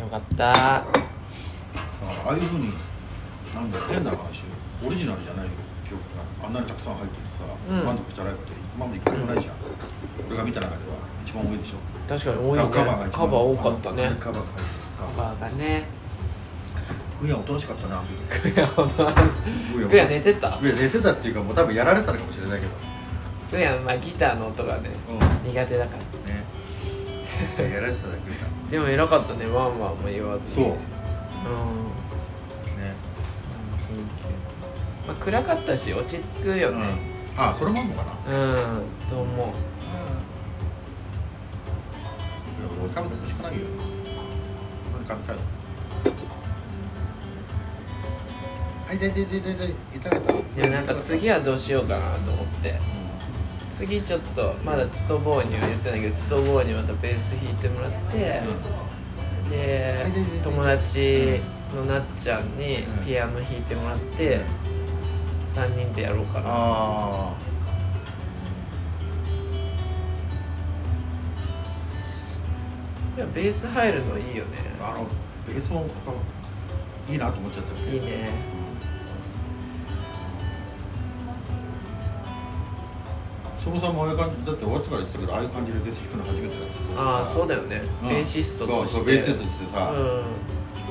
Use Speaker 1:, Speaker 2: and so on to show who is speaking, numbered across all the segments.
Speaker 1: よかった
Speaker 2: ああいうふうになんだろう変な話オリジナルじゃないよ記憶があんなにたくさん入っててさ、
Speaker 1: うん
Speaker 2: 満足したライブって今まで一回もないじゃん、俺が見た中では一番多いでしょ
Speaker 1: 確かに多いね
Speaker 2: カバーが一番
Speaker 1: カバー多かったね
Speaker 2: あカバーが入って
Speaker 1: カ
Speaker 2: る
Speaker 1: バーがね
Speaker 2: グヤおとなしかったなあの時
Speaker 1: クヤおとなしクヤ寝てた
Speaker 2: グヤ寝てたっていうかもう多分やられてたのかもしれないけど
Speaker 1: クヤまあギターの音がね
Speaker 2: うん
Speaker 1: 苦手だから
Speaker 2: ねやられてただけだ
Speaker 1: でも偉かったねワンワンも言わず
Speaker 2: そう
Speaker 1: うん、
Speaker 2: ね
Speaker 1: まあ、暗かったし落ち着くよ
Speaker 2: うん
Speaker 1: ね
Speaker 2: あそれもあんのかな
Speaker 1: うん、と思う
Speaker 2: いや俺食べてほしくないよ何食べたいのあ痛い痛い痛い痛い痛い痛めた
Speaker 1: いやなんか次はどうしようかなと思って次ちょっとまだツトボーニュは言ってないけどツトボーニュまたベース弾いてもらってで友達のなっちゃんにピアノ弾いてもらって3人でやろうかな
Speaker 2: あ
Speaker 1: いやベース入るのいいよね
Speaker 2: ああのベースもやっぱいいなと思っちゃったよ
Speaker 1: いいね
Speaker 2: そもそもああいう感じだって終わってから言ってたけどああいう感じでベース弾くの初めてだっ
Speaker 1: ああそう
Speaker 2: だ
Speaker 1: だよねベーシストとして
Speaker 2: そうそうベーシストとしてさ、
Speaker 1: うん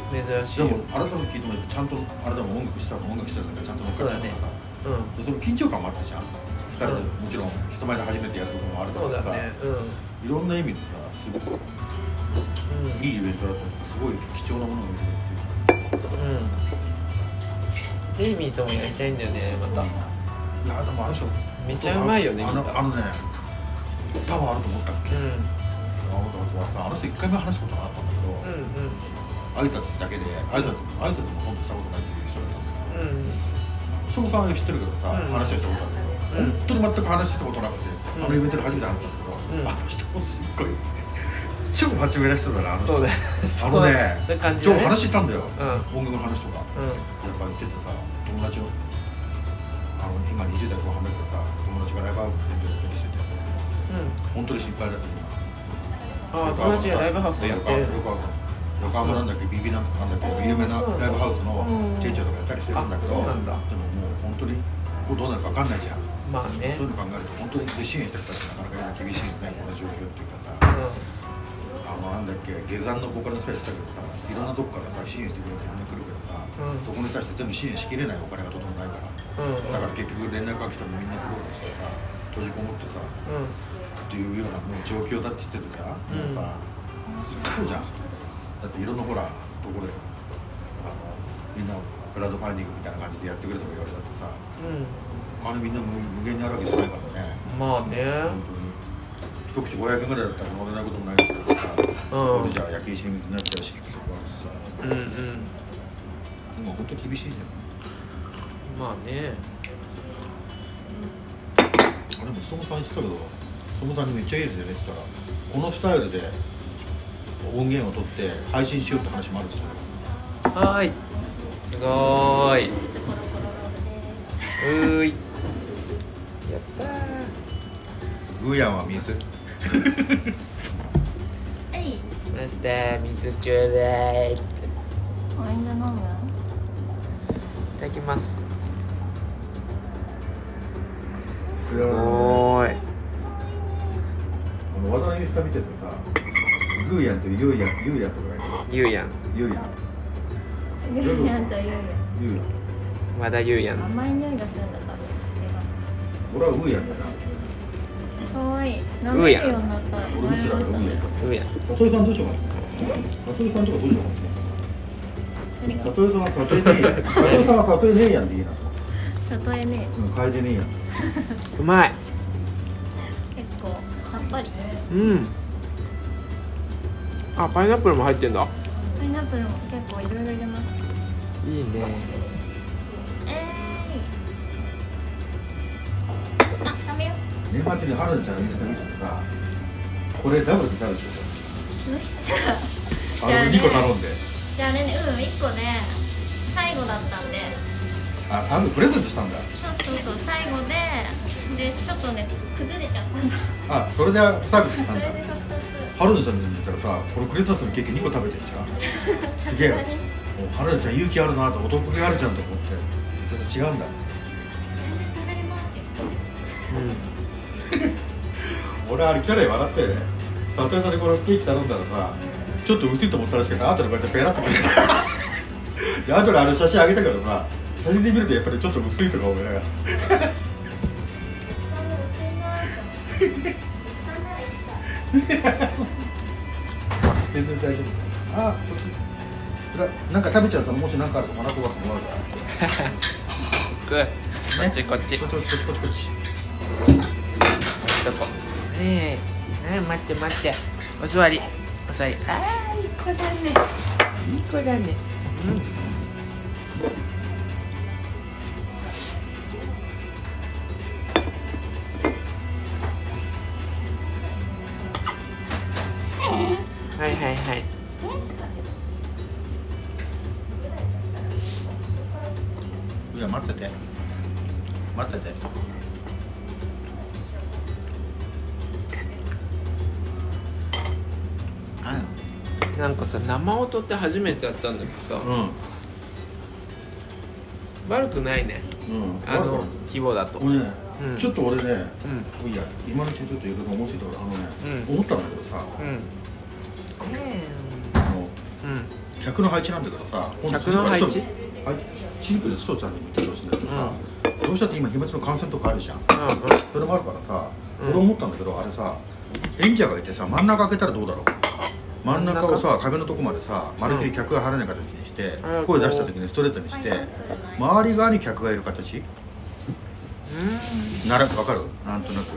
Speaker 1: 珍しい
Speaker 2: で
Speaker 1: よ
Speaker 2: も改めて聞いてもらってちゃんとあれでも音楽したら音楽したらなんかちゃんと乗っかっちゃったからさ
Speaker 1: そうだうん
Speaker 2: でその緊張感もあったじゃん2人で、
Speaker 1: うん
Speaker 2: もちろん人前で初めてやるところもあるか
Speaker 1: そう
Speaker 2: ら
Speaker 1: だ
Speaker 2: さ、
Speaker 1: ねうん
Speaker 2: いろんな意味でさすごくいいイベントだったってすごい貴重なものが見れ
Speaker 1: うんうん
Speaker 2: る
Speaker 1: ジェイミーともやりたいんだよねまた
Speaker 2: っていういやでもあの人
Speaker 1: めっちゃうまいよね
Speaker 2: あ
Speaker 1: ギタ
Speaker 2: の
Speaker 1: ー
Speaker 2: あのねパワーあると思ったっ
Speaker 1: う
Speaker 2: け、
Speaker 1: ん
Speaker 2: あの人はさあの人1回目話したことなかったんだけ
Speaker 1: う
Speaker 2: ど、
Speaker 1: ん
Speaker 2: 挨拶だけで挨拶も挨拶もほとんどしたことないっていう人だったんだけど
Speaker 1: うんうん
Speaker 2: そもさんは知ってるけどさ、
Speaker 1: うん
Speaker 2: 話はしたことあるけ
Speaker 1: うん
Speaker 2: ど、本当に全く話したことなくて、
Speaker 1: うん
Speaker 2: あのイベントで初めて話したんだけど、
Speaker 1: うん
Speaker 2: あの人もすっごい超真面目な人だなあの人
Speaker 1: そうだよ
Speaker 2: あのね
Speaker 1: そういう感じ
Speaker 2: 超
Speaker 1: だね
Speaker 2: 話したんだよ、
Speaker 1: うん
Speaker 2: 音楽の話とかやっ
Speaker 1: うん
Speaker 2: ぱ言っててさ友達のあの今20代後半だけどさ友達がライブハウスでやったりしてて
Speaker 1: うん
Speaker 2: 本当に心配だった今
Speaker 1: ああ友達がライブハウスやってる
Speaker 2: 横浜横浜なんだっけビビなんだっけ有名なライブハウスの店長とかやったりしてるんだけど
Speaker 1: あそうなんだ
Speaker 2: でももう本当にこうどうなるか分かんないじゃん
Speaker 1: まあね
Speaker 2: そういうの考えると本当にで支援してる人たちなかなか今厳しいよねこの状況っていうかさ
Speaker 1: う
Speaker 2: あのなんだっけ下山のボーカルの人たちだけどさいろんなとこからさ支援してくれてみんな来るけどさ、
Speaker 1: うん
Speaker 2: そこに対して全部支援しきれないお金がとてもないからだ
Speaker 1: んうん
Speaker 2: から結局連絡が来てもみんな来ろうとしてさ閉じこもってさっていうようなもう状況だって知ってたじゃん、
Speaker 1: うん
Speaker 2: もうさそうじゃんだっていろんなほらところであのみんなクラウドファンディングみたいな感じでやってくれとか言われたってさ
Speaker 1: うんうん
Speaker 2: お金みんな無無限にあるわけじゃないからね
Speaker 1: まあね
Speaker 2: 本当に一口500円ぐらいだったら飲めないこともないですけどさ、
Speaker 1: うん
Speaker 2: それじゃあ焼き石に水になっちゃうしそこはさ
Speaker 1: うんうん
Speaker 2: 今本当厳しいじ
Speaker 1: まあね
Speaker 2: ゃんあでもそもさん知ってたけどそもさんにめっちゃいいですよねって言ったらこのスタイルで音源を取って配信しようって話もあるんですよ
Speaker 1: はーいすごーいうーいやった
Speaker 2: グーヤンは水
Speaker 3: はい。
Speaker 1: ーマスター水ちょうだいって
Speaker 3: マインド飲む。
Speaker 1: いただきますすごーい
Speaker 2: あの技のインスタ見ててさグーヤンとユーヤンユーヤンとかがい
Speaker 1: ゆうやん
Speaker 2: るユーヤン
Speaker 3: ユーヤンとユー
Speaker 2: ユ
Speaker 3: ヤ
Speaker 2: ーヤン
Speaker 1: 和田ゆうや
Speaker 3: ン。
Speaker 1: ん
Speaker 3: 甘い匂いがするんだ多
Speaker 2: 俺
Speaker 3: 分。
Speaker 2: はウーヤンだな
Speaker 3: 可愛い。
Speaker 1: ウ
Speaker 3: 飲
Speaker 1: ー
Speaker 3: め
Speaker 1: ヤン
Speaker 3: るようになった。
Speaker 2: 俺も違うからウーヤン
Speaker 1: ゆうやん
Speaker 2: 里井さんどうしようかな里井さんとかどうしようかな
Speaker 3: 何か。
Speaker 2: 里井さんは里井ねえやん里井さんは里井ねえやんでいいな
Speaker 3: 里えね。
Speaker 2: うん変えてねえやん
Speaker 1: うまい
Speaker 3: 結構さっぱり。
Speaker 1: うんあパイナップルも入ってんだ
Speaker 3: パイナップルも結構いろいろ入れます。
Speaker 1: いいね
Speaker 3: えーい。あ、食べよう。
Speaker 2: 年末に春菜ちゃんのインスタ見ててさこれダブルで食べて
Speaker 3: じゃあ、
Speaker 2: たあの2個頼んで
Speaker 3: じゃああれね、うん、一個ね。最後だったんで。
Speaker 2: あサブプレゼントしたんだ
Speaker 3: そうそうそう、最後で。で、ちょっとね、崩れちゃったんだ。
Speaker 2: あそれでサービスした
Speaker 3: そ
Speaker 2: んだ
Speaker 3: れでさ、二つ。
Speaker 2: 春菜ちゃんに言ったらさこれクリスマスのケーキ2個食べてんじゃんすげえもう春菜ちゃん勇気あるなとお得意あるじゃんと思ってそれ違うんだ
Speaker 3: 全然食べれますけど
Speaker 2: 俺あれ去年笑ったよね里江さんにこのケーキ頼んだらさちょっと薄いと思ったらしくて後でこうやってペラッとかけたで後であれ写真あげたけどさ写真で見るとやっぱりちょっと薄いとか思いながら
Speaker 3: そんな薄いなぁと思って汚いから
Speaker 2: 全然大丈夫あこっちこれなんか食べちゃうともし何かあるとかなとかってもらうから
Speaker 1: グーこっちこっち
Speaker 2: こっちこっちこっちこっち
Speaker 1: どこねえねえ待って待ってお座りお座りあーいい子だねいい子だねうんはいはいはい
Speaker 2: いや待ってて待ってて
Speaker 1: なんかさ生音って初めてやったんだけどさ
Speaker 2: うん
Speaker 1: 悪くないね
Speaker 2: うんうん
Speaker 1: あの規模だとうんう
Speaker 2: 俺ね、
Speaker 1: ん
Speaker 2: ちょっと俺ねいや今のうちにちょっといろいろ思いついたからあのね、
Speaker 1: う
Speaker 2: 思ったんだけどさ
Speaker 1: うんね
Speaker 2: あの
Speaker 1: えうん
Speaker 2: 客の配置なんだけどさ
Speaker 1: 客の配置
Speaker 2: 今度配置シンプルでストちゃんにも言ったかもしれないけどさ、どうしたって今飛沫の感染とかあるじゃ
Speaker 1: う
Speaker 2: ん
Speaker 1: んうん
Speaker 2: それもあるからさ、
Speaker 1: うん
Speaker 2: 俺思ったんだけどあれさ演者がいてさ真ん中開けたらどうだろう真ん中をさ壁のとこまでさまるっきり客が入らない形にして、
Speaker 1: うん
Speaker 2: 声出した時にストレートにして、周り側に客がいる形ならわかるなんとなく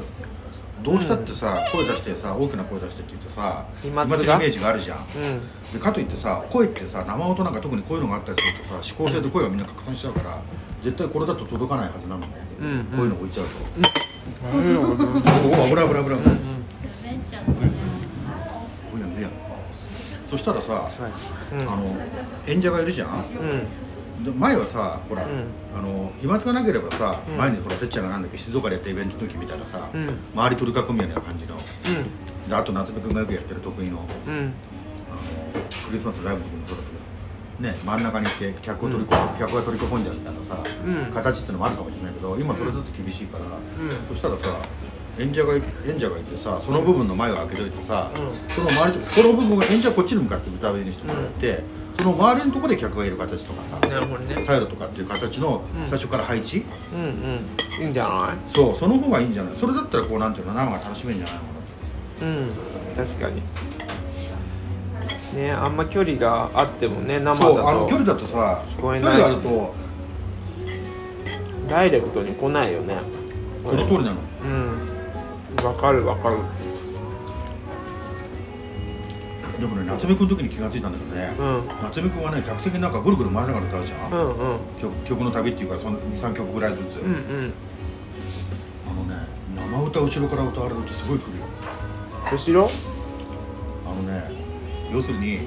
Speaker 2: どうしたってさ、声出してさ大きな声出してって言ってさ
Speaker 1: 飛
Speaker 2: 今
Speaker 1: 沫
Speaker 2: ま
Speaker 1: が
Speaker 2: でイメージがあるじゃん
Speaker 1: うん
Speaker 2: でかといってさ声ってさ生音なんか特にこういうのがあったりするとさ指向性で声がみんな拡散しちゃうから絶対これだと届かないはずなのね、
Speaker 1: うんうん
Speaker 2: こういうの置いちゃうと、
Speaker 1: うん
Speaker 2: おお危ない危ない危ない危ない、
Speaker 3: 滑っちゃう
Speaker 2: おやんおやんそしたらさ、
Speaker 1: そうや
Speaker 2: あの演者がいるじゃ
Speaker 1: う
Speaker 2: ん
Speaker 1: ん
Speaker 2: で前はさほら、
Speaker 1: うん
Speaker 2: あの飛沫がなければさ、
Speaker 1: うん
Speaker 2: 前にほらてっちゃんがなんだっけ静岡でやったイベントの時みたいなさ、
Speaker 1: うん
Speaker 2: 周り取り囲みやな感じの
Speaker 1: う
Speaker 2: であと夏目くんがよくやってる得意の
Speaker 1: んうん
Speaker 2: あのクリスマスライブの時もそうだけどね真ん中にいて客を取り込、客が取り囲んじゃうみたいなさ、
Speaker 1: うん
Speaker 2: 形っていうのもあるかもしれないけど今それだと厳しいから、
Speaker 1: ん
Speaker 2: そしたらさ演者がい演者がいてさその部分の前を開けといてさ、
Speaker 1: うん
Speaker 2: その周りとこの部分が演者はこっちに向かって歌上にしてもらって、その周りのところで客がいる形とかさ
Speaker 1: なるほどね
Speaker 2: サイドとかっていう形の
Speaker 1: うん
Speaker 2: 最初から配置、
Speaker 1: うんうんいいんじゃな
Speaker 2: そうその方がいいんじゃないそれだったらこうなんていうの生が楽しめるんじゃないのかな
Speaker 1: いううん確かにねあんま距離があってもね生だ
Speaker 2: そうあの
Speaker 1: と
Speaker 2: 距離だとさ
Speaker 1: 聞
Speaker 2: 距
Speaker 1: こえ
Speaker 2: 離
Speaker 1: ないし
Speaker 2: があると
Speaker 1: ダイレクトに来ないよね
Speaker 2: この通りなの
Speaker 1: うんわかるわかる
Speaker 2: でもね夏目くんの時に気がついたんだけどね、
Speaker 1: うん
Speaker 2: 夏目くんはね客席の中ぐるぐる回りながら歌うじゃん、
Speaker 1: うんうん
Speaker 2: 曲曲の旅っていうか23曲ぐらいずつ、
Speaker 1: うんうん
Speaker 2: あのね生歌後ろから歌われるとすごい来るよ
Speaker 1: 後ろ
Speaker 2: あのね要するに
Speaker 1: うん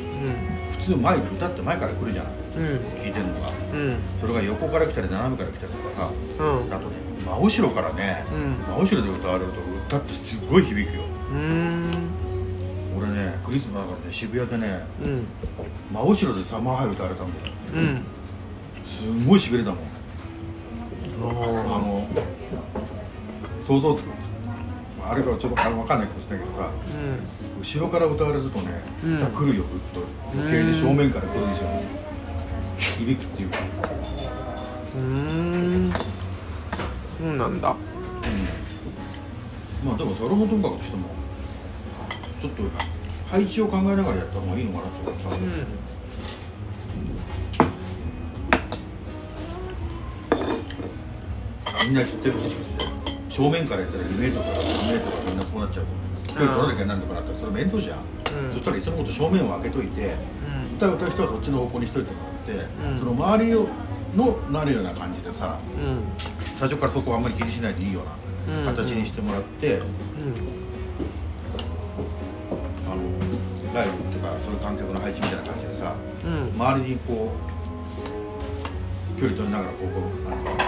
Speaker 2: 普通前に歌って前から来るじゃない
Speaker 1: うん
Speaker 2: 聞いてるのが
Speaker 1: うん
Speaker 2: それが横から来たり斜めから来たりとかさ
Speaker 1: うん
Speaker 2: あとね真後ろからね、
Speaker 1: うん
Speaker 2: 真後ろで歌われると歌ってすごい響くよ
Speaker 1: うん
Speaker 2: 俺ねクリスマスだからね渋谷でね
Speaker 1: うん
Speaker 2: 真後ろでサマーハイ歌われたんだよ
Speaker 1: うん
Speaker 2: すんごいしびれたもんあの想像つくまああれがちょっとあれわかんないかもしれないけどさ
Speaker 1: うん
Speaker 2: 後ろから歌われるとね、
Speaker 1: うん
Speaker 2: 歌来るよぐっと余計に正面から来るでしょ響くっていうか、
Speaker 1: うーんそうなんだ
Speaker 2: うんまあでもそれもともかくとしてもちょっと配置を考えながらやった方がいいのかなって思った、
Speaker 1: う
Speaker 2: みんな知ってることしかして正面からやったら2メートルから3メートルからみんなそうなっちゃうと距離取らなきゃなんとかなったらそれ面倒じゃん、
Speaker 1: うん
Speaker 2: そしたらいっそのこと正面を開けといて
Speaker 1: ん
Speaker 2: 歌う歌う人はそっちの方向にしといてもらって、
Speaker 1: うん
Speaker 2: その周りをのなるような感じでさ
Speaker 1: うん
Speaker 2: 最初からそこはあんまり気にしないでいいよう
Speaker 1: うん
Speaker 2: な形にしてもらって、
Speaker 1: うん
Speaker 2: あのライブとかそういう観客の配置みたいな感じでさ
Speaker 1: うん
Speaker 2: 周りにこう距離取りながらこうこうなんか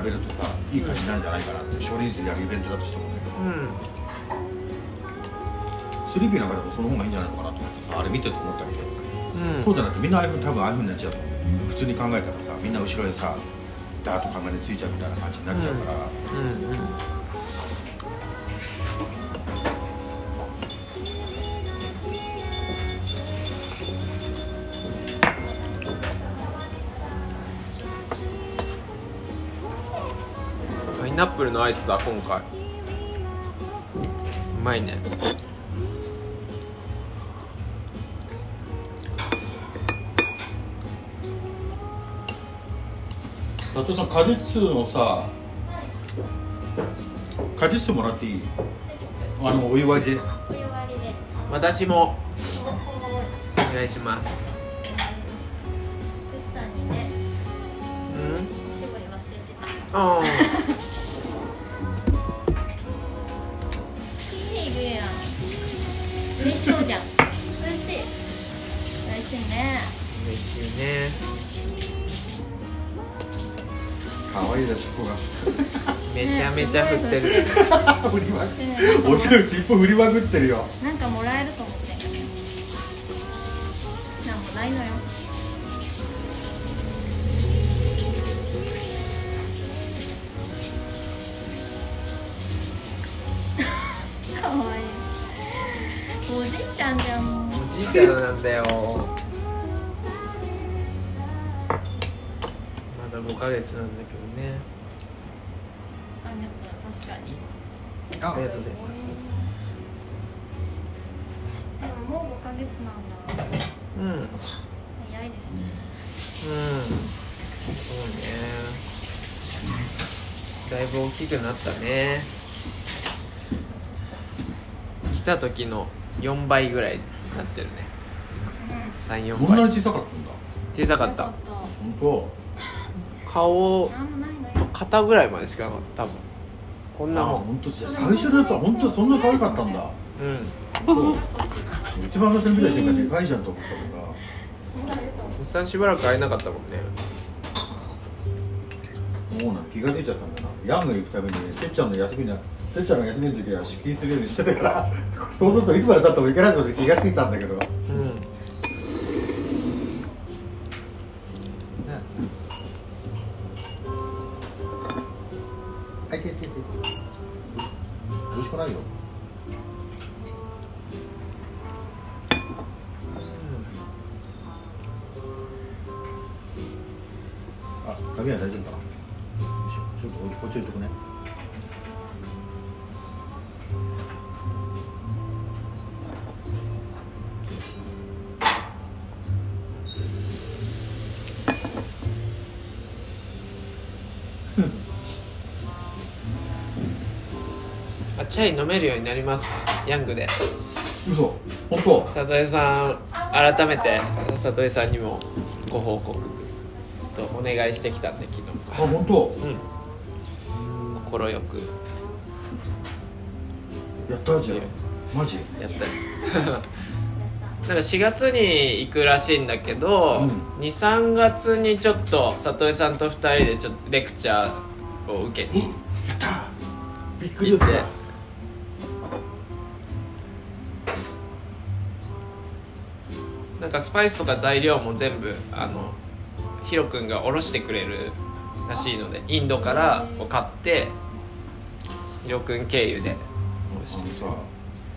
Speaker 2: 並べるとさいい感じになるんじゃないかなって少人数でやるイベントだとしてもね
Speaker 1: うん
Speaker 2: スリーピーなんかでもその方がいいんじゃないのかなと思ってさあれ見てて思ったけど、
Speaker 1: うん
Speaker 2: そうじゃなくてみんなああいうふうに多分ああいうふうになっちゃうと思う普通に考えたらさみんな後ろでさダーッと考えについちゃうみたいな感じになっちゃうから、
Speaker 1: うんうんパイナップルのアイスだ今回うまいね
Speaker 2: 伊達さん果実数のさ果実数もらっていいあのお祝いで
Speaker 3: お湯割りで
Speaker 1: 私も
Speaker 3: おー
Speaker 1: お願いします
Speaker 3: グッさんにね
Speaker 1: うん
Speaker 3: 絞り忘れてた
Speaker 1: あ
Speaker 3: いいねやん嬉しそうじゃん嬉しい嬉しいね
Speaker 1: 嬉しいね
Speaker 2: 可愛いだしっぽが
Speaker 1: めちゃめちゃ振ってる
Speaker 2: 振りまく
Speaker 3: ね
Speaker 2: おしゃれ尻尾振りまくってるよ
Speaker 3: なんかもらえると思ってなんもないのよ かわいいおじいちゃんじゃんもう
Speaker 1: おじいちゃんなんだよまだ5ヶ月なんだけどね
Speaker 3: あやつは確かに
Speaker 1: ありがとうございます
Speaker 3: でももう5ヶ月なんだ
Speaker 1: うんうん
Speaker 3: 早いですね
Speaker 1: そうねだいぶ大きくなったね来た時の4倍ぐらいになってるね34
Speaker 2: こんな
Speaker 1: 倍
Speaker 2: に小さかったんだ
Speaker 1: 小さかった
Speaker 2: 本
Speaker 1: 顔
Speaker 3: なんもないのよ
Speaker 1: の肩ぐらいまでしかなかった多分こん
Speaker 2: 当
Speaker 1: なも
Speaker 2: あ
Speaker 1: ん
Speaker 2: 本当じゃあ最初のやつは本当にそんな可愛かったん だ
Speaker 1: うん
Speaker 2: 本当一番最初に見た瞬間でかいじゃんと思ったのが
Speaker 1: おっさんしばらく会えなかったもんね
Speaker 2: もうなんか気が付いちゃったんだなヤング行くためにねてっちゃんの休みなてっちゃんが休みの時は出勤するようにしてたから そうするといつまでたっても行けないってことに気が付いたんだけど
Speaker 1: うん
Speaker 2: あいていていて美味しくないよあ髪は大丈夫かなちょっとこっち置いとくね
Speaker 1: あチャイ飲めるようになりますヤングで
Speaker 2: 嘘本当
Speaker 1: 里江さん改めて里江さんにもご報告ちょっとお願いしてきたんで昨
Speaker 2: あ本当
Speaker 1: 日うん快く
Speaker 2: やったじゃんマジ
Speaker 1: やったり なんか4月に行くらしいんだけど、
Speaker 2: う
Speaker 1: 23月にちょっと里江さんと2人でちょっとレクチャーを受けに
Speaker 2: やったびっく
Speaker 1: 行ってなんかスパイスとか材料も全部あのヒロ君がおろしてくれるらしいのでインドからこう買ってヒロ君経由で
Speaker 2: あのさ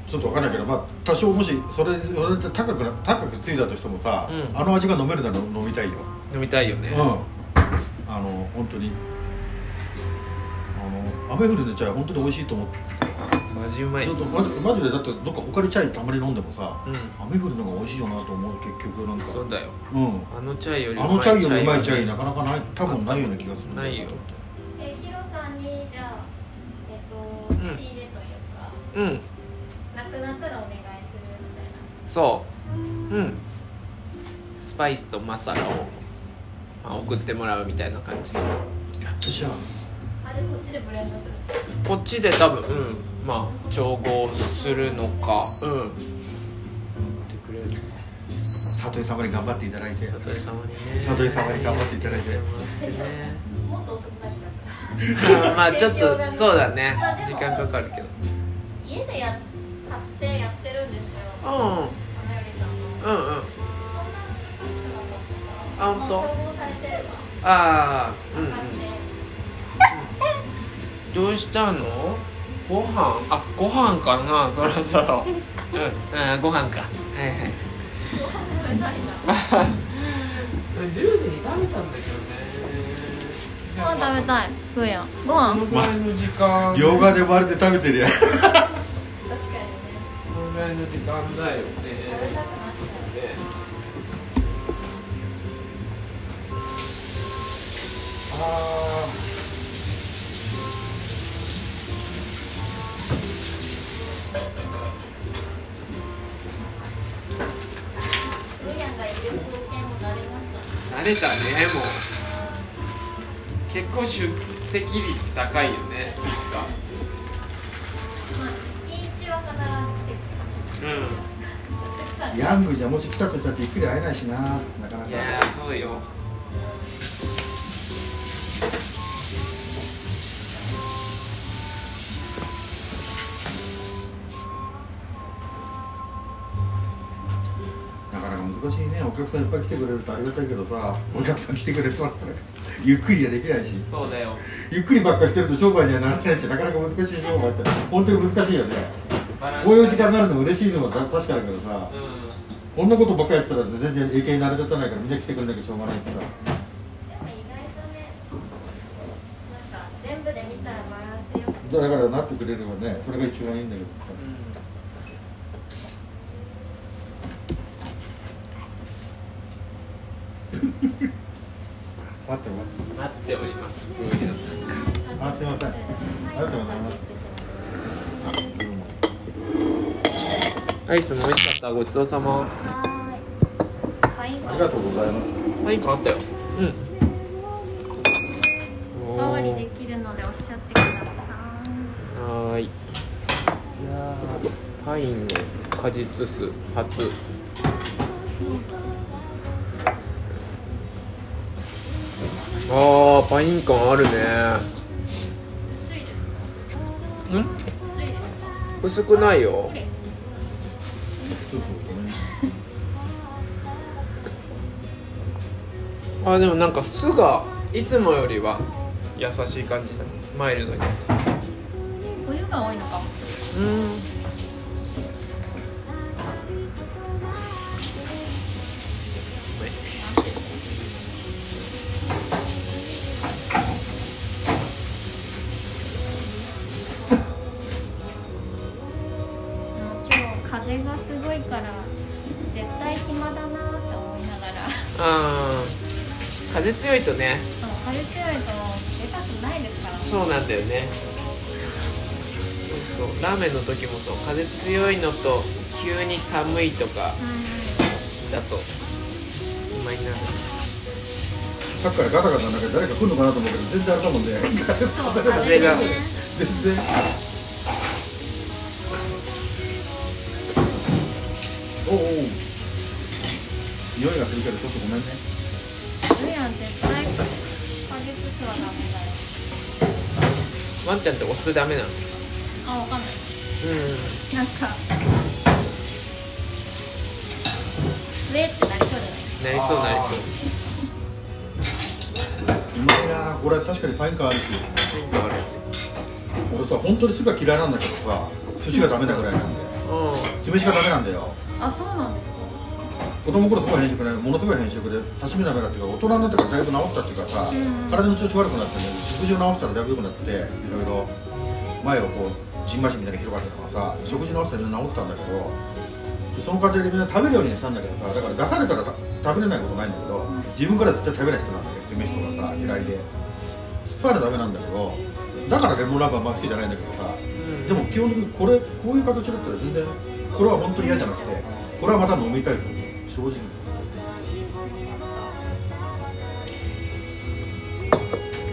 Speaker 2: ちょっと分かんないけど、まあ、多少もしそれそれで高くな高くついたとしてもさ、
Speaker 1: うん
Speaker 2: あの味が飲めるなら飲みたいよ、
Speaker 1: 飲みたいよね、
Speaker 2: うんあの本当にあの雨降りのチャイ本当に美味しいと思って
Speaker 1: マジうまい
Speaker 2: ちょっとマジマジでだってどっか他でチャイたまに飲んでもさ、
Speaker 1: うん
Speaker 2: 雨降りのが美味しいよなと思う結局なんか
Speaker 1: そうだよ
Speaker 2: うん
Speaker 1: あのチャイより
Speaker 2: あのチャイよりうまいチ
Speaker 1: は
Speaker 2: ャ
Speaker 1: ね
Speaker 2: イなかなかない多分ないような気がするんだ
Speaker 1: ないよ
Speaker 2: と思って
Speaker 3: えヒロさんにじゃあえっと
Speaker 1: ん
Speaker 3: 仕入れというか、
Speaker 1: うん
Speaker 3: なくなったらお願いするみたいな
Speaker 1: そううんスパイスとマサラを、まあ、送ってもらうみたいな感じ
Speaker 2: やったじゃん
Speaker 3: あれこっちでブレンドするんですか
Speaker 1: こっちで多分うんまあ調合するのかうん送ってくれる
Speaker 2: 里井様に頑張っていただいて
Speaker 1: 里井様にね
Speaker 2: 里井様に頑張っていただいて
Speaker 1: 頑張ってね
Speaker 3: もっと遅くなっちゃうから
Speaker 1: うんまあちょっとそうだね時間かかるけど
Speaker 3: 家でや買ってやってるんです
Speaker 1: うん
Speaker 3: 花よりさんの
Speaker 1: うんうん
Speaker 3: そんな
Speaker 1: あ本当
Speaker 3: に難しくなかったからもう調合されてれば
Speaker 1: ああうんうん
Speaker 3: 分かって
Speaker 1: どうしたのご飯あご飯かなそろそろうん、うん、ご飯かはいはい
Speaker 3: ご飯食べたいじゃん
Speaker 1: 10時に食べたんだけ
Speaker 3: ご
Speaker 1: どね
Speaker 3: 飯食べ
Speaker 1: い
Speaker 3: たいふうやんご
Speaker 1: こ
Speaker 3: 飯
Speaker 1: のぐらいの時間
Speaker 2: 両側で割れて食べてるやん
Speaker 3: 確かにね
Speaker 1: このぐらいの時間だよね
Speaker 3: 食べたくなっちゃ
Speaker 1: ねあ
Speaker 3: うふうやんがいる光景も慣れました
Speaker 1: ー慣れたねもう結構出席率高いよねピ
Speaker 3: まあ月一は必ず来てく
Speaker 1: ッカうん
Speaker 3: れるお客さん
Speaker 2: ヤングじゃもし来たとしたってゆっくり会えないしななかない
Speaker 1: や
Speaker 2: か
Speaker 1: ーそうよ
Speaker 2: なかなか難しいねお客さんいっぱい来てくれるとありがたいけどさお客さん来てくれるとなかなか ゆっくりじゃできないし
Speaker 1: そうだよ
Speaker 2: ゆっくりばっかりしてると商売にはならないしなかなか難しい商売って本当に難しいよね
Speaker 1: バランス
Speaker 2: こういう時間になるのも嬉しいのは確かだけどさ
Speaker 1: う
Speaker 2: こんなことばっかりやってたら全然営業に慣れてたないからみんな来てくれなきゃしょうがないしさ
Speaker 3: でも意外とねなんか全部で見たらバランスよく
Speaker 2: だからなってくれればねそれが一番いいんだけ
Speaker 1: ん、
Speaker 2: ど
Speaker 1: うん
Speaker 2: 待って待って
Speaker 1: 待っております上野さんが
Speaker 2: あすいませんありがとうございますどうも
Speaker 1: アイスも美味しかったごちそうさま
Speaker 3: はーいパイン
Speaker 2: ありがとうございます
Speaker 1: 何かあったようん
Speaker 3: おかわりできるのでおっしゃってください
Speaker 1: はーい
Speaker 2: いや
Speaker 1: パインの果実酢初あーパイン感あるね
Speaker 3: 薄いですか
Speaker 1: ん
Speaker 3: 薄いですか
Speaker 1: 薄くないよ
Speaker 3: これ
Speaker 2: そうそうね
Speaker 1: あでもなんか酢がいつもよりは優しい感じだねマイルドに
Speaker 3: 冬が多いのかも
Speaker 1: うん
Speaker 3: でも今日風がすごいから絶対暇だなって思いながら
Speaker 1: あー風強いとね
Speaker 3: でも風強いと出たくないですか
Speaker 1: そ
Speaker 3: らね
Speaker 1: うなんだよねそうそうラーメンの時もそう風強いのと急に寒いとかだと今になる
Speaker 2: さっきからガタガタなんか誰か来るのかなと思うけど全然あれだもんね
Speaker 3: そう
Speaker 1: 風が
Speaker 3: ね
Speaker 2: 全然おうおう匂いがするからちょっとごめんね
Speaker 3: 冬やん絶対風強すはダメだよ
Speaker 1: ワンちゃんってお酢ダメなのう
Speaker 3: あわかんない
Speaker 1: ん
Speaker 3: なんか上ってなりそうじゃな
Speaker 1: なり
Speaker 3: い
Speaker 1: そうなりそう
Speaker 2: うまいなこれ確かにパイン感あるし
Speaker 1: ピンクある
Speaker 2: 俺さ本当に寿司が嫌いなんだけどさ寿司がダメなぐらいなんで
Speaker 1: う
Speaker 2: 酢飯がダメなんだよ
Speaker 3: あそうなんですか
Speaker 2: 子供の頃すごい変色ねものすごい変色で刺身ダメだっていうか大人になってからだいぶ治ったっていうかさ、
Speaker 3: うん
Speaker 2: 体の調子悪くなってね食事を治したらだいぶ良くなっていろいろ前をこうじんましみたいなのが広がってたからさ食事治したら治ったんだけどでその過程でみんな食べるようにしたんだけどさだから出されたらた食べれないことないんだけど自分から絶対食べない人なんだけど酢飯とかさ嫌いで酸っぱいのダメなんだけどだからレモンラーメンあんま好きじゃないんだけどさ
Speaker 1: ん
Speaker 2: でも基本的にこれこういう形だったら全然これは本当に嫌じゃなくてこれはまた飲みたいと思う正直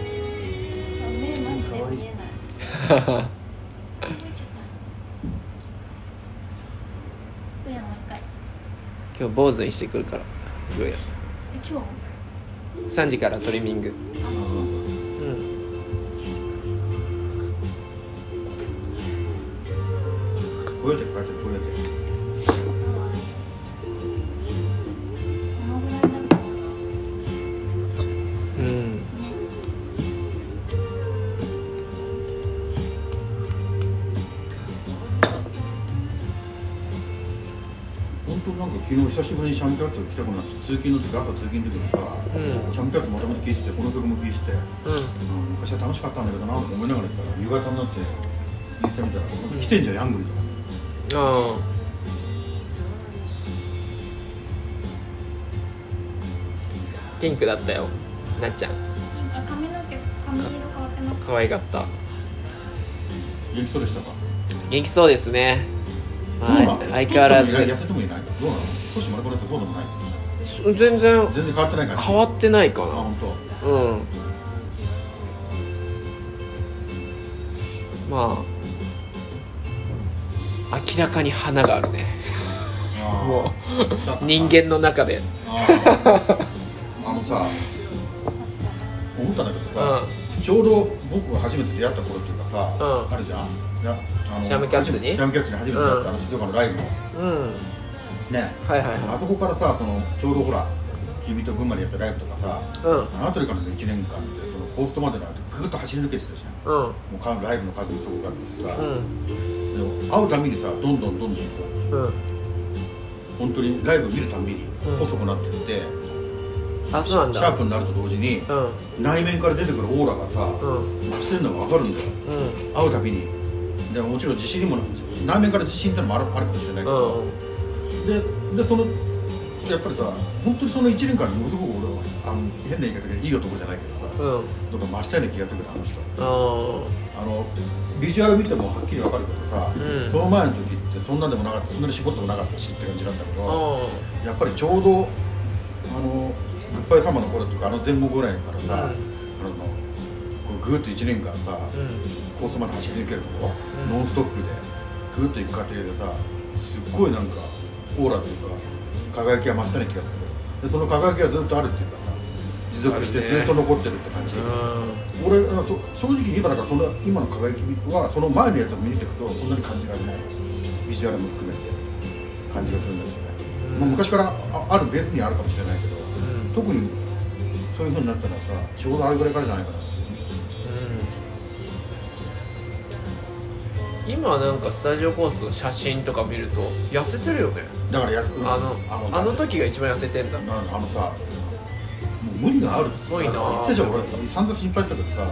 Speaker 3: 目マジで見えないふうやんもう一回
Speaker 1: 今日坊主にしてくるからどうや
Speaker 3: え今日
Speaker 1: 3時からトリミング
Speaker 3: あそう
Speaker 1: うん
Speaker 2: こうやってこうやってこうやって
Speaker 3: あ
Speaker 2: 本当なんか昨日久しぶりにシャムキャッツが来たくなって通勤の時朝通勤の時にさ、
Speaker 1: うん
Speaker 2: シャムキャッツまとめて聴いててこの曲も聴いてて、うん昔は楽しかったんだけどなと思いながら行ったら夕方になってインスタ見たら「来てんじゃんヤングリ」とか
Speaker 1: あピンクだったよなっちゃん
Speaker 3: なんか髪の毛髪色変わってますか
Speaker 1: 可愛かった
Speaker 2: 元気そうでしたか
Speaker 1: 元気そうですね、
Speaker 2: どうな
Speaker 1: は
Speaker 2: の
Speaker 1: い、相変わらず
Speaker 2: 太ってもいない痩せてもいないどうなの少し丸くなってそうでもない
Speaker 1: 全然
Speaker 2: 全然変わってないから
Speaker 1: 変わってないか
Speaker 2: あ本当
Speaker 1: なうんまあ明らかに花があるね
Speaker 2: あー
Speaker 1: も
Speaker 2: 使った
Speaker 1: う人間の中で
Speaker 2: あーあのさ思ったんだけどさ、ちょうど僕が初めて出会った頃っていうかさ、
Speaker 1: うん
Speaker 2: あるじゃんいやあの
Speaker 1: シャムキャッツに
Speaker 2: 初めてシャムキャッツに初めて出会った、
Speaker 1: うん
Speaker 2: あの静岡のライブの
Speaker 1: うん
Speaker 2: ね
Speaker 1: はいはいは
Speaker 2: あそこからさそのちょうどほら君と群馬でやったライブとかさ
Speaker 1: いうん
Speaker 2: あの辺りからの1年間ってそのコーストまでの間ぐーっと走り抜けてたじゃん
Speaker 1: うん
Speaker 2: もうかライブの数もすごかったしさ、
Speaker 1: うん
Speaker 2: でも会うたびにさどんどんどんどんこう
Speaker 1: うん
Speaker 2: 本当にライブを見るたびに
Speaker 1: うん
Speaker 2: 細くなってって、
Speaker 1: あ
Speaker 2: シ
Speaker 1: そうなん
Speaker 2: ャー
Speaker 1: だ
Speaker 2: プになると同時に
Speaker 1: うん
Speaker 2: 内面から出てくるオーラがさ、
Speaker 1: うん
Speaker 2: 増してるのが分かるんだよ
Speaker 1: うん
Speaker 2: 会うたびにでももちろん自信にもなる内面から自信ってのもあるあるかもしれないけ
Speaker 1: う
Speaker 2: ど、
Speaker 1: ん
Speaker 2: ででそのやっぱりさ本当にその1年間にものすごく俺はあの変な言い方でいい男じゃないけどさ、
Speaker 1: うんうん
Speaker 2: どんか増したような気がするあの人
Speaker 1: あ
Speaker 2: あのビジュアル見てもはっきり分かるけどさ、
Speaker 1: うん
Speaker 2: その前の時ってそんなでもなかったそんなに絞ってもなかったしって感じだったけ
Speaker 1: あ
Speaker 2: ど、
Speaker 1: あ
Speaker 2: やっぱりちょうどあのグッバイ様の頃とかあの前後ぐらいからさ、
Speaker 1: うん
Speaker 2: あのこうぐーっと1年間さ、
Speaker 1: うん
Speaker 2: コーストまで走り抜けるとこ、
Speaker 1: うん
Speaker 2: ノンストップでぐーっと行く過程でさすっごいなんかオーラというか輝きが増したような気がするでその輝きがずっとあるっていうかさ持続して
Speaker 1: あるね
Speaker 2: ずっと残ってるって感じ、
Speaker 1: うん
Speaker 2: 俺あそ正直今だからその今の輝きはその前のやつを見ていくとそんなに感じられないビジュアルも含めて感じがするんだけどね、
Speaker 1: うん
Speaker 2: まあ、昔からああるベースにはあるかもしれないけど
Speaker 1: うん
Speaker 2: 特にそういうふうになったのはさちょうどあれぐらいからじゃないかな
Speaker 1: うん今なんかスタジオコースの写真とか見ると痩せてるよね
Speaker 2: だから安く
Speaker 1: あのあの時が一番痩せてんだ
Speaker 2: あのあのさもう無理があるって
Speaker 1: すごいな
Speaker 2: 言ってたじゃん俺散々心配したけどさ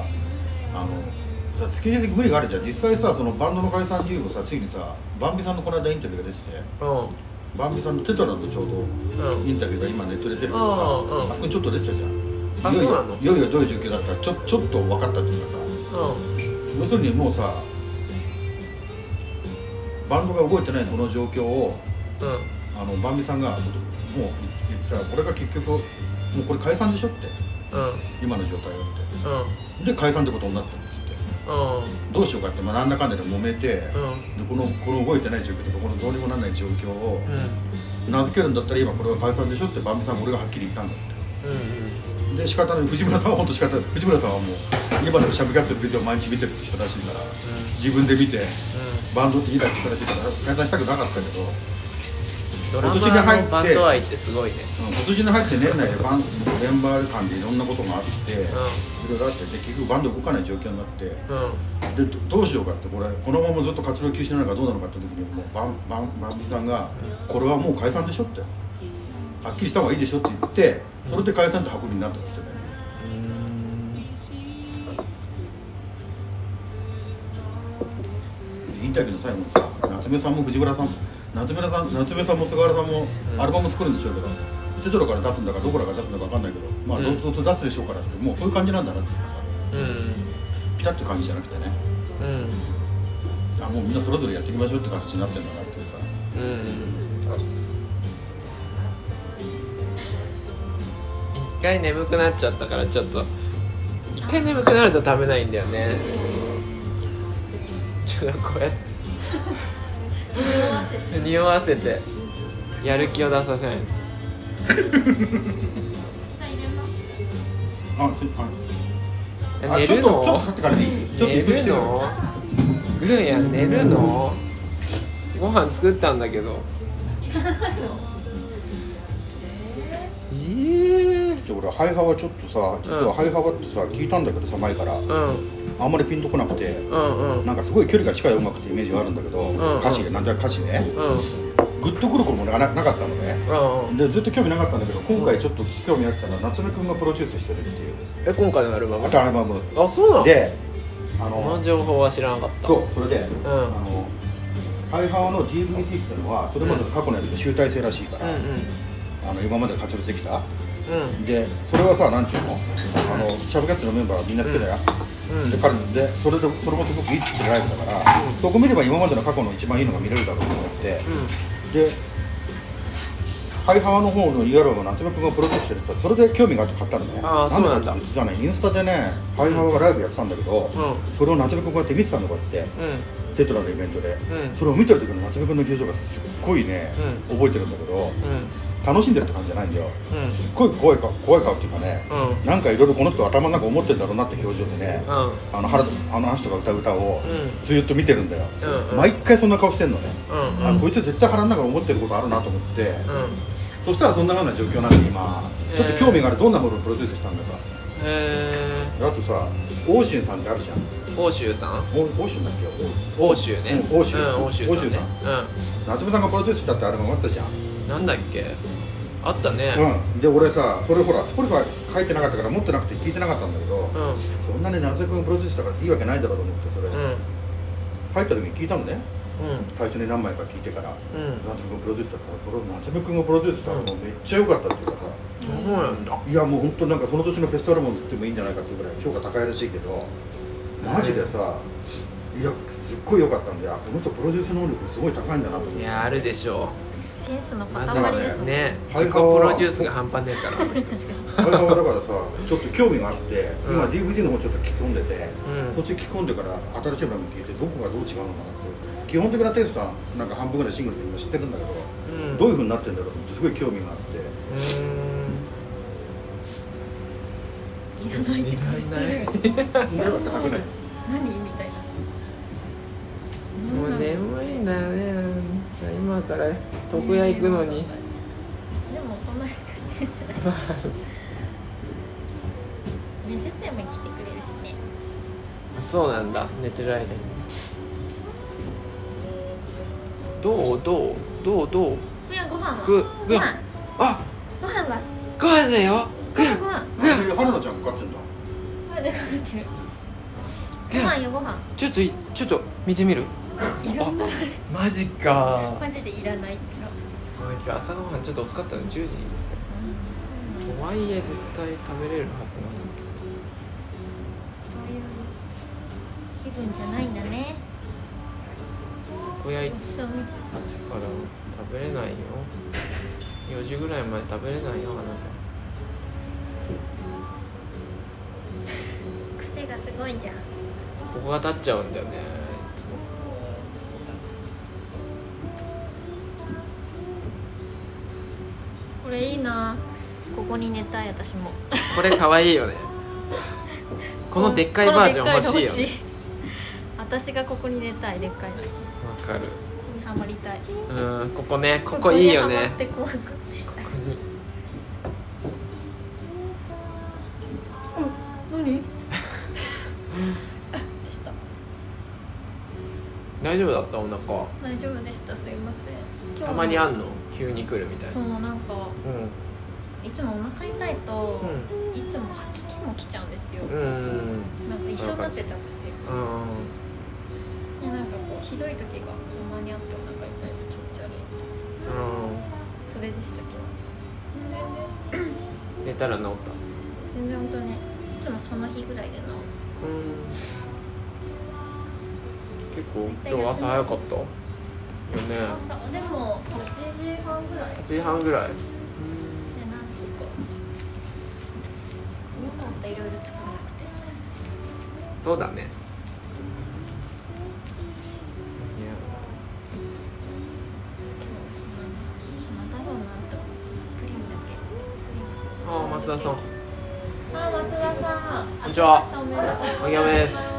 Speaker 2: あのさスケジュール的に無理があるじゃん実際さそのバンドの解散理由をさついにさバンビさんのこの間インタビューが出てて
Speaker 1: うん
Speaker 2: バンビさんのテトラのちょうど
Speaker 1: うん
Speaker 2: インタビューが今ネットで出てるけどさ
Speaker 1: ああうん
Speaker 2: あそこにちょっと出てたじゃん
Speaker 1: あ
Speaker 2: いよい
Speaker 1: そ
Speaker 2: よ
Speaker 1: うなの
Speaker 2: いよいよどういう状況だったらちょちょっと分かったっていうかさ
Speaker 1: う
Speaker 2: 要するにもうさバンドが動いてないこの状況を
Speaker 1: んうん
Speaker 2: あのバンビさんがもう言ってたこれが結局もうこれ解散でしょって
Speaker 1: うん
Speaker 2: 今の状態はっ
Speaker 1: うん
Speaker 2: てで解散ってことになったんですって
Speaker 1: うん
Speaker 2: どうしようかって、まあ、なんだかんだで揉めて、
Speaker 1: うん
Speaker 2: でこのこの動いてない状況とかこのどうにもならない状況を
Speaker 1: うん
Speaker 2: 名付けるんだったら今これは解散でしょってバンビさんが俺がはっきり言ったんだって
Speaker 1: う
Speaker 2: で仕方ない藤村さんは本当仕方ない藤村さんはもう今のシャムキャッツのビデオを毎日見てる人らしいから自分で見てバンドっていいだって人らしいから解散したくなかったけど、う
Speaker 1: んう
Speaker 2: ん、
Speaker 1: んドラマーのバンド愛ってすごいね
Speaker 2: 今年に入って年内でバンメンバー間でいろんなことがあっていろいろあってで結局バンド動かない状況になって
Speaker 1: うんうん
Speaker 2: でどどうしようかってこれこのままずっと活動休止なのかどうなのかって時にもうバンバンバンビさんが「これはもう解散でしょ」って「はっきりした方がいいでしょ」って言ってそれで解散って運びになったっつってねインタビューの最後にさ夏目さんも藤原さんも夏目さん夏目さんも菅原さんも
Speaker 1: うん
Speaker 2: アルバム作るんでしょうけど、テトラから出すんだかどこらから出すんだか分かんないけどまあ
Speaker 1: うん
Speaker 2: どうぞどうぞ出すでしょうからってもうそういう感じなんだなっていうかさ
Speaker 1: う
Speaker 2: ピタッという感じじゃなくてね
Speaker 1: んうん
Speaker 2: あもうみんなそれぞれやっていきましょうって形になってんだなっていうさ
Speaker 1: うん一回眠くなっちゃったからちょっと一回眠くなると食べないんだよねちょっとこうやって
Speaker 3: 匂わせて
Speaker 1: 匂わせてやる気を出させない
Speaker 3: 入れます
Speaker 2: あすああ
Speaker 1: 寝
Speaker 2: ちょっ
Speaker 1: る
Speaker 2: とちょっと
Speaker 1: の
Speaker 2: 買ってからでいいちょっと
Speaker 1: 寝
Speaker 2: 一服
Speaker 1: る
Speaker 2: してよ
Speaker 1: のグルヤ寝るのご飯作ったんだけどえー、
Speaker 2: じゃあ俺ハイハワちょっとさ実はハイハワってさ聞いたんだけどさ前から
Speaker 1: うん
Speaker 2: あんまりピンとこなくて
Speaker 1: うんうん
Speaker 2: なんかすごい距離が近い音楽ってイメージがあるんだけど、
Speaker 1: んうん
Speaker 2: 歌詞がなんだか歌詞ね
Speaker 1: うん
Speaker 2: あグッとくる子もなななかったのね
Speaker 1: うんうん
Speaker 2: でずっと興味なかったんだけど今回ちょっと興味あったら夏目くんがプロデュースしてるっていう
Speaker 1: え今回のアルバム
Speaker 2: アルバム
Speaker 1: あそうなの
Speaker 2: であ
Speaker 1: この
Speaker 2: の
Speaker 1: 情報は知らなかった
Speaker 2: そうそれで、
Speaker 1: ん
Speaker 2: あのハイハワの DVD っていうのはそれまでの過去のやつで集大成らしいか
Speaker 1: う
Speaker 2: ら、
Speaker 1: んうん
Speaker 2: あの今まで活躍できた
Speaker 1: うん
Speaker 2: でそれはさなんていうのあのシャブキャッチのメンバーはみんな好きだよ、
Speaker 1: うん
Speaker 2: で彼のでそれでそれもすごくいいってライブだから、
Speaker 1: うん
Speaker 2: そこ見れば今までの過去の一番いいのが見れるだろうと思って、でハイハワの方の URL を夏目くんがプロデュースしてるってそれで興味があって買ったのね
Speaker 1: あーそうなんだ
Speaker 2: でかっていうと実はねインスタでねハイハワがライブやってたんだけど、
Speaker 1: うん
Speaker 2: それを夏目くんがこうやって見てたのこうやって
Speaker 1: うん
Speaker 2: テトラのイベントで、
Speaker 1: うん
Speaker 2: それを見てる時の夏目くんの表情がすっごいね、
Speaker 1: う
Speaker 2: 覚えてるんだけど
Speaker 1: うん
Speaker 2: 楽しんでるって感じじゃないんだよ、
Speaker 1: うん
Speaker 2: すっごい怖い顔怖い顔っていうかね、
Speaker 1: うん
Speaker 2: なんかいろいろこの人頭の中思ってるだろうなって表情でね、
Speaker 1: うん
Speaker 2: あの原田あの人が歌う歌を
Speaker 1: うん
Speaker 2: ずっと見てるんだよ、
Speaker 1: うんうん
Speaker 2: 毎回そんな顔してんのね、
Speaker 1: うん
Speaker 2: あこいつ絶対腹の中思ってることあるなと思って、
Speaker 1: うん
Speaker 2: そしたらそんなふうな状況なんで今ちょっと興味があるどんなものをプロデュースしたんだか
Speaker 1: え
Speaker 2: であとさ欧州さんってあるじゃん
Speaker 1: ー、欧州さん
Speaker 2: お欧州だっけ
Speaker 1: 欧州ね、
Speaker 2: うん欧州
Speaker 1: うん、欧州さん、ね、
Speaker 2: 欧州さ夏目さんがプロデュースしたってアルバムあったじゃん、
Speaker 1: うんなんだっけあったね
Speaker 2: うん、で俺さそれほらスポリファイ書いてなかったから持ってなくて聞いてなかったんだけど、
Speaker 1: うん
Speaker 2: そんなに夏目君プロデュースしたからいいわけないだろうと思ってそれ、
Speaker 1: うん
Speaker 2: 入った時に聞いたのね
Speaker 1: うん
Speaker 2: 最初に何枚か聞いてから
Speaker 1: うん
Speaker 2: 夏目君プロデュースだからこれ夏目君がプロデュースしたらもうめっちゃ良かったっていうかさ、
Speaker 1: そうなんだ
Speaker 2: いやもう本当なんかその年のベストアルバムって言ってもいいんじゃないかっていうぐらい評価高いらしいけどマジでさいやすっごい良かったんであこの人プロデュース能力すごい高いんだなと思って
Speaker 1: いやあるでしょ
Speaker 3: センスの
Speaker 1: う
Speaker 3: 塊
Speaker 1: ま
Speaker 3: で
Speaker 1: ず
Speaker 3: す
Speaker 1: は
Speaker 2: ね
Speaker 1: ね
Speaker 2: は
Speaker 1: 自
Speaker 2: い
Speaker 1: 己プロデュースが半端ねえからあの人
Speaker 2: あれはだからさちょっと興味があって、
Speaker 1: うん
Speaker 2: 今 DVD の方ちょっと聞き込んでて、
Speaker 1: うん
Speaker 2: こっち聞き込んでから新しいアルバム聞いてどこがどう違うのかなって基本的なテイストはなんか半分ぐらいシングルでみんな知ってるんだけど、
Speaker 1: うん
Speaker 2: どういう風になってるんだろうってすごい興味があって
Speaker 1: うー
Speaker 3: いらないって顔してる
Speaker 2: これは高くない
Speaker 3: 何みたい
Speaker 1: ん
Speaker 3: な
Speaker 1: もう眠いんだよねじゃあ今から床屋行くのに
Speaker 3: でもこんなしかしてるじゃない寝てても来てくれるしね
Speaker 1: そうなんだ寝てる間にどうどうどうどう
Speaker 3: くやご飯は
Speaker 1: ぐ
Speaker 3: ご
Speaker 1: ぐ
Speaker 3: 飯
Speaker 1: あ
Speaker 3: ご飯は
Speaker 1: ご飯だよ
Speaker 3: ご飯ご飯
Speaker 2: あ春菜ちゃんかかってんだ
Speaker 3: ご飯でかかってる
Speaker 1: ぐ
Speaker 3: ご飯よご飯
Speaker 1: ちょっといちょっと見てみる
Speaker 3: いらない
Speaker 1: マジか
Speaker 3: マジでいらないってか
Speaker 1: 今日朝ごはんちょっと遅かったの10時とはいえ絶対食べれるはずなんだ
Speaker 3: そういう気分じゃないんだね
Speaker 1: けど床屋行っ
Speaker 3: おちそう見て
Speaker 1: たから食べれないよ4時ぐらいまで食べれないよあな
Speaker 3: 癖がすごいじゃん
Speaker 1: たここが立っちゃうんだよねいつも
Speaker 3: これいいなここに寝たい私も
Speaker 1: これ可愛いよ ねこのでっかいバージョン欲しいよ
Speaker 3: このでっかの
Speaker 1: ね
Speaker 3: 欲しい私がここに寝たいでっかいのこ
Speaker 1: わかる
Speaker 3: こにハマりたい
Speaker 1: うんここねここいいよ
Speaker 3: ここにハ
Speaker 1: ね
Speaker 3: マってこうグッてしたい
Speaker 1: ここに
Speaker 3: 何でした
Speaker 1: 大丈夫だったお腹
Speaker 3: 大丈夫でしたすいません今日の
Speaker 1: たまにあんの急に来るみたい
Speaker 3: そ
Speaker 1: な
Speaker 3: うなんか
Speaker 1: うん
Speaker 3: いつもお腹痛いと、
Speaker 1: う
Speaker 3: いつも吐き気も来ちゃうんですよ、
Speaker 1: んうん
Speaker 3: なんか一緒になってたんですよ
Speaker 1: うん
Speaker 3: でなんかこうひどい時がたまにあってお腹痛いと気持ち悪いそれでしたけど
Speaker 1: うん寝たら治った
Speaker 3: 全然本当にいつもその日ぐらいで治る
Speaker 1: うん結構今日朝早かったよね
Speaker 3: 朝でも8時半ぐらいで
Speaker 1: 8時半ぐらい
Speaker 3: なんとか思ったいろいろ作らなくて
Speaker 1: そうだね
Speaker 3: 今日暇だろうなとプリンだけプ
Speaker 1: ああ増田さん
Speaker 3: リンあ増田さん
Speaker 1: こんにちは
Speaker 3: おめでとう
Speaker 1: おぎょめです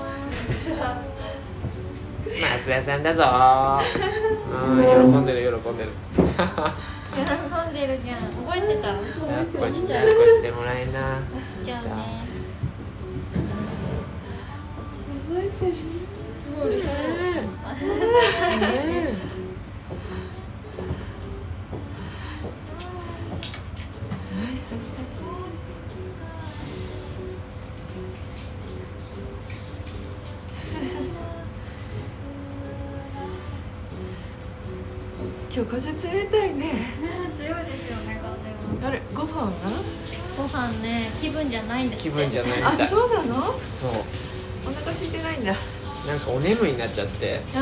Speaker 1: 増田さんだぞ ーうん喜んでる喜んでる
Speaker 3: 喜んでるじゃん覚えてた
Speaker 1: 抱っこ
Speaker 3: 落
Speaker 1: し
Speaker 3: ち
Speaker 1: て
Speaker 3: ちゃう
Speaker 1: 抱っこしてもらえな
Speaker 3: 落ちちゃうね覚えてるそうです
Speaker 4: 今日風冷たいね
Speaker 3: 強いですよね風は
Speaker 4: あれご飯 は
Speaker 3: ご飯ね気分じゃないんです
Speaker 1: 気分じゃ
Speaker 3: ない
Speaker 1: ないみた
Speaker 4: あ
Speaker 1: い
Speaker 4: そうな
Speaker 1: そう
Speaker 4: のお腹空いてないんだう
Speaker 1: なんかお眠になっちゃって
Speaker 4: ん
Speaker 1: 増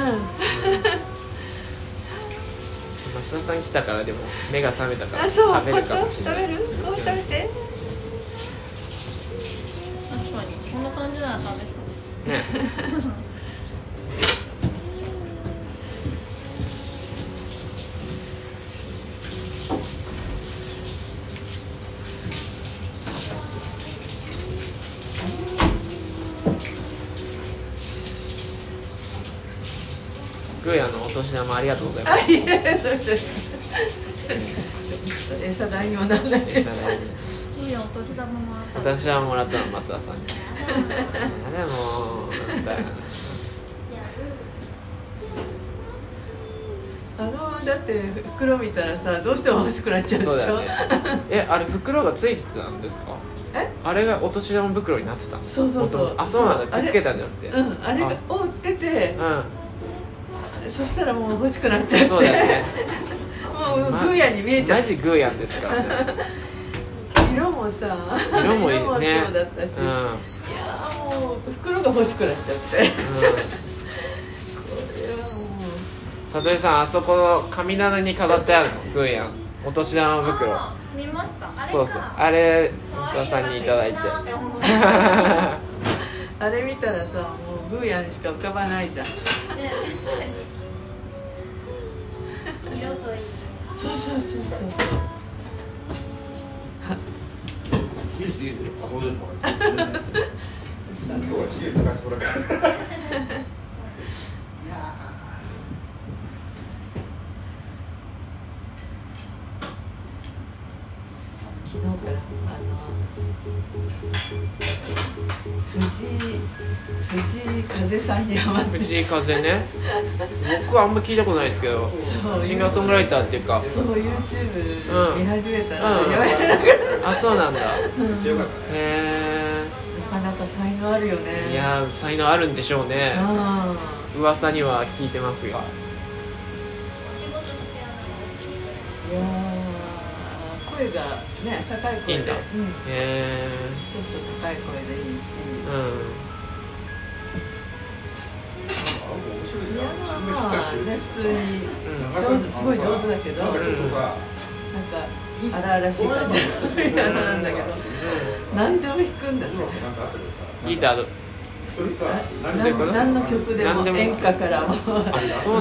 Speaker 1: 田さん来たからでも目が覚めたか
Speaker 4: あ
Speaker 1: ら
Speaker 4: そう
Speaker 1: 食べるかもしれな
Speaker 4: 食
Speaker 1: い
Speaker 4: べるご飯食べて
Speaker 3: 確かにこんな感じだったんです
Speaker 1: ねグーヤのお年玉ありがとうございま
Speaker 4: あいえ餌代にもなんないです
Speaker 1: す。
Speaker 3: いいよお年玉もらった
Speaker 1: 私はもらったの増田さんに。あれもうみたいな。
Speaker 4: あのだって袋見たらさどうしても欲しくなっちゃうでし
Speaker 1: そ
Speaker 4: ょ
Speaker 1: うだよね。 え、あれ袋がついてたんですか。
Speaker 4: え
Speaker 1: あれがお年玉袋になってたの。
Speaker 4: そうそうそう
Speaker 1: 元々あ、そうなんだ。く
Speaker 4: あ
Speaker 1: っ
Speaker 4: れ
Speaker 1: つけたんじゃなくて。
Speaker 4: うんあれが覆ってて
Speaker 1: あ
Speaker 4: そしたらもう欲しくなっち
Speaker 1: う
Speaker 4: ゃ
Speaker 1: ん。
Speaker 4: って
Speaker 1: そうだよね。
Speaker 4: もうグーヤに 見えちゃ
Speaker 1: マ
Speaker 4: う
Speaker 1: ジグーヤンですからね。
Speaker 4: 色もさ
Speaker 1: 色もいいね。
Speaker 4: そうだったし、
Speaker 1: うん。
Speaker 4: いやーもう袋が欲しくなっちゃって
Speaker 1: う。
Speaker 4: これはもうん
Speaker 1: さとりさん、あそこの神棚に飾ってあるの。グーヤン。お年玉袋。
Speaker 3: あー見ましたあれか
Speaker 1: そうそう。あれ、
Speaker 3: 可
Speaker 1: 増
Speaker 3: 愛
Speaker 1: 田さんにいただいて。
Speaker 3: なって思う
Speaker 4: あれ見たらさもうグーヤンしか浮かばないじゃん そう
Speaker 3: ね確かに色といい
Speaker 4: そうそうそう
Speaker 2: 今日は自由に高橋もらうから
Speaker 4: 昨日からあの藤井藤井風さんにハマっ て
Speaker 1: 藤井風ね僕はあんま聞いたことないですけど
Speaker 4: そう
Speaker 1: シンガーソングライターっていうか
Speaker 4: そう YouTube 見始めたら、
Speaker 1: うん
Speaker 4: やばい
Speaker 1: あそうなんだ
Speaker 2: めっちゃよかったね
Speaker 1: へ
Speaker 4: なかなか才能あるよね
Speaker 1: えいやー才能あるんでしょうね
Speaker 4: あ
Speaker 1: 噂には聞いてますが
Speaker 3: 仕事してやらない
Speaker 4: いやー声がね高い声で
Speaker 1: いいんだ
Speaker 4: うん、ち
Speaker 1: へ
Speaker 4: ょっと高い声でいいし
Speaker 1: えうん
Speaker 2: あ面白い
Speaker 4: ピア
Speaker 2: な
Speaker 4: ノはまあね普通に
Speaker 2: うん
Speaker 4: 上手すごい上手だけど
Speaker 2: な
Speaker 4: なんん
Speaker 2: か
Speaker 4: か
Speaker 2: ちょっとさ、
Speaker 4: 荒々しい感じのピアノなんだけど何でも弾くんだね
Speaker 2: なんかあったけどさ
Speaker 1: ギター
Speaker 2: 一
Speaker 1: の
Speaker 2: 人さ何で
Speaker 1: ういうこと
Speaker 4: な何の曲でも
Speaker 1: 何でも
Speaker 4: 演歌からも
Speaker 1: そう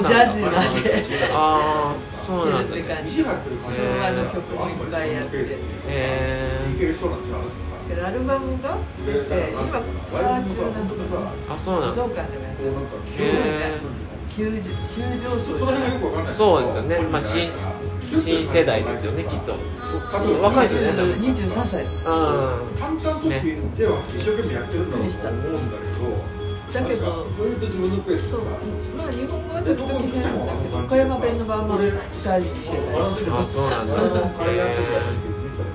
Speaker 1: なんだ
Speaker 4: ジャズまで
Speaker 1: ああそうなんだ
Speaker 4: 弾けるって感
Speaker 1: ね
Speaker 4: じ
Speaker 2: 西原ってる感じ
Speaker 1: 昭和の
Speaker 4: 曲もいっぱいやって
Speaker 2: あんまりそのペースで
Speaker 1: へー
Speaker 2: いける人なんですよあの人
Speaker 4: けどアルバムが出て
Speaker 2: さ
Speaker 4: 今ツア
Speaker 2: 割
Speaker 4: ー
Speaker 2: と
Speaker 4: 中
Speaker 2: さ
Speaker 1: あそうなん
Speaker 2: 本当にさ
Speaker 4: なの武道
Speaker 1: だ
Speaker 4: 館でもやって
Speaker 2: こうなんか急に
Speaker 1: へ
Speaker 4: 急上
Speaker 2: そ
Speaker 4: 昇
Speaker 2: の辺がよくわかんない
Speaker 1: そうですよねまあ新新世代ですよねきっとそう若いですよね多分
Speaker 4: 二十三歳
Speaker 1: う
Speaker 2: 淡々とっていうでは一生懸命やってるんだろうと思うんだけど
Speaker 4: だけど
Speaker 2: なんかそれと自分のペース
Speaker 4: そう
Speaker 2: でさ
Speaker 4: まあ日本語は時々変なんだけど岡山弁のバーマン大事にしてたり
Speaker 1: あそうなんだ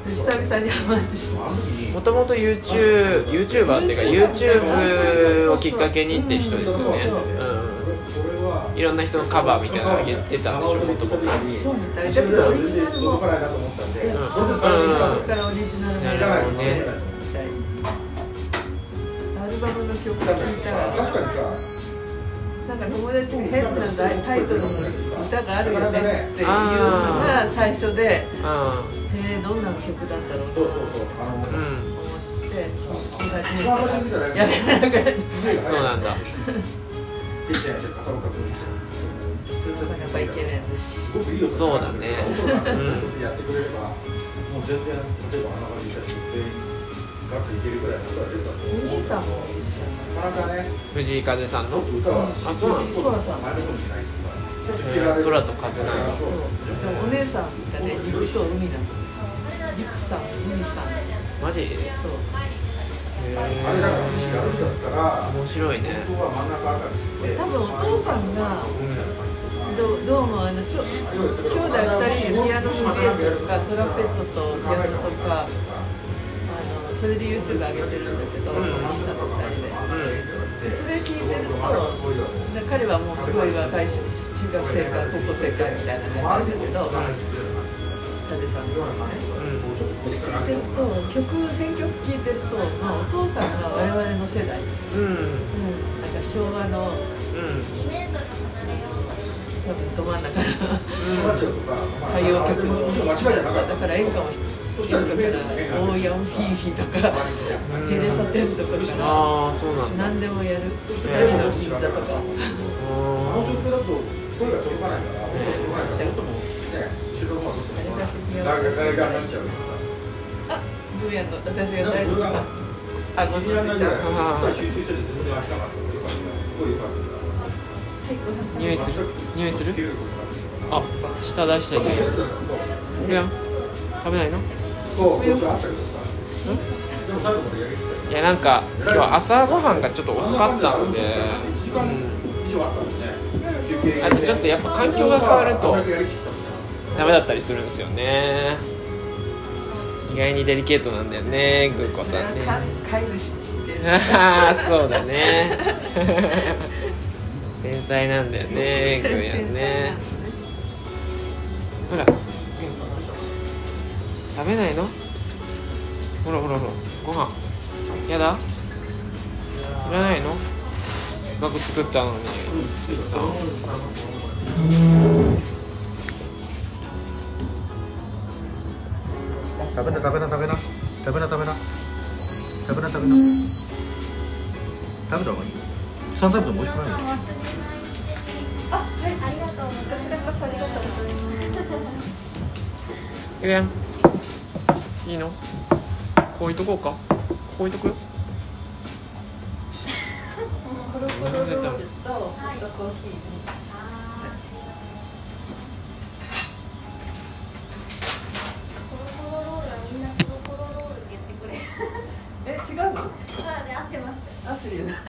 Speaker 4: 久々にハマってしまう
Speaker 1: もともと YouTube YouTuber っていうか YouTube をきっかけにって人ですよねうんいろんな人のカバーみたいなのあげてたんでしょもともと
Speaker 4: そうみたいだけどオリジナルも
Speaker 2: からなと思ったんで、
Speaker 4: うん
Speaker 2: それで3
Speaker 4: そこからオリジナルもや
Speaker 2: 人
Speaker 4: り
Speaker 2: じゃ
Speaker 4: た
Speaker 2: ない
Speaker 4: い
Speaker 2: とね
Speaker 4: アルバムの曲
Speaker 2: だ
Speaker 4: 聴いたら
Speaker 2: 確かにさ
Speaker 4: なんか友達に変なタイトルの歌があるよねっていうのが最初
Speaker 1: う
Speaker 4: でへえどんな曲だったろうと
Speaker 2: そう
Speaker 4: 思
Speaker 2: そうそう
Speaker 4: っ
Speaker 2: あの、
Speaker 1: んうん
Speaker 4: て聴き始
Speaker 2: 一
Speaker 4: めた
Speaker 2: 番初
Speaker 4: ら
Speaker 2: めじゃない
Speaker 4: やめなくなっちゃう
Speaker 1: そうなんだ
Speaker 4: やっぱイケメンです
Speaker 2: すごくいいよ
Speaker 1: そうだねうん
Speaker 2: やってくれればもう全然例えばあの場にいたら全員ガッといけるぐらいの人が出るかと
Speaker 4: お
Speaker 2: 思う
Speaker 4: 兄さんもミュージシャン
Speaker 2: なかなかね
Speaker 1: 藤井風さんの
Speaker 2: 歌は
Speaker 1: あそうなん
Speaker 4: だ
Speaker 2: そう前の方にないっていうか
Speaker 1: 空と風なんだ
Speaker 4: そうでもお姉さんがね陸と海なの陸さん海さん
Speaker 1: マジへ
Speaker 4: そう
Speaker 2: あれだから
Speaker 1: え
Speaker 2: もしやるんだったら
Speaker 1: 面白いね
Speaker 2: 本当は真ん中あたりにして
Speaker 4: 多分お父さんがどうどうもあのしょ兄弟2人でピアノ弾いてるとかトランペットとピアノとかあのそれで YouTube 上げてるんだけどお兄さんと2人で
Speaker 1: うん
Speaker 4: それ聞いてるとで彼はもうすごい若いし中学生か高校生かみたいな感じだけど舘さんの方がねそれ聞いてると曲選曲聞いてると、まあ、お父さんが我々の世代、うん、
Speaker 1: うんうん
Speaker 4: なんか昭和の多分ど真ん中歌謡曲もだから演歌も聴いてるから大ヤンヒーヒーとかテレサ・テンとかから
Speaker 1: ああそうなんだ
Speaker 4: 何でもやる一人の銀座とか
Speaker 1: あ
Speaker 4: あブーヤンの私が大好きなあごめんなさい
Speaker 1: 匂いする匂いするあ舌出しちゃいけないブヤン食べないのいやなんか今日朝ごはんがちょっと遅かったので、うん、あとちょっとやっぱ環境が変わるとダメだったりするんですよね意外にデリケートなんだよねグーコさんね
Speaker 4: か飼い主聞いてる
Speaker 1: ああ そうだね繊細なんだよねグーヤンねほら食べないのほらほらほらご飯やだいらないのせっかく作ったのに
Speaker 2: 食べな食べな食べな食べな食べな食べな食べな食べた方がいい三食べても美味しくないよ
Speaker 1: グーヤンいいのこういとこうかこういとくよ
Speaker 4: コロコロロールとホットコーヒーえ違うの合ってるよな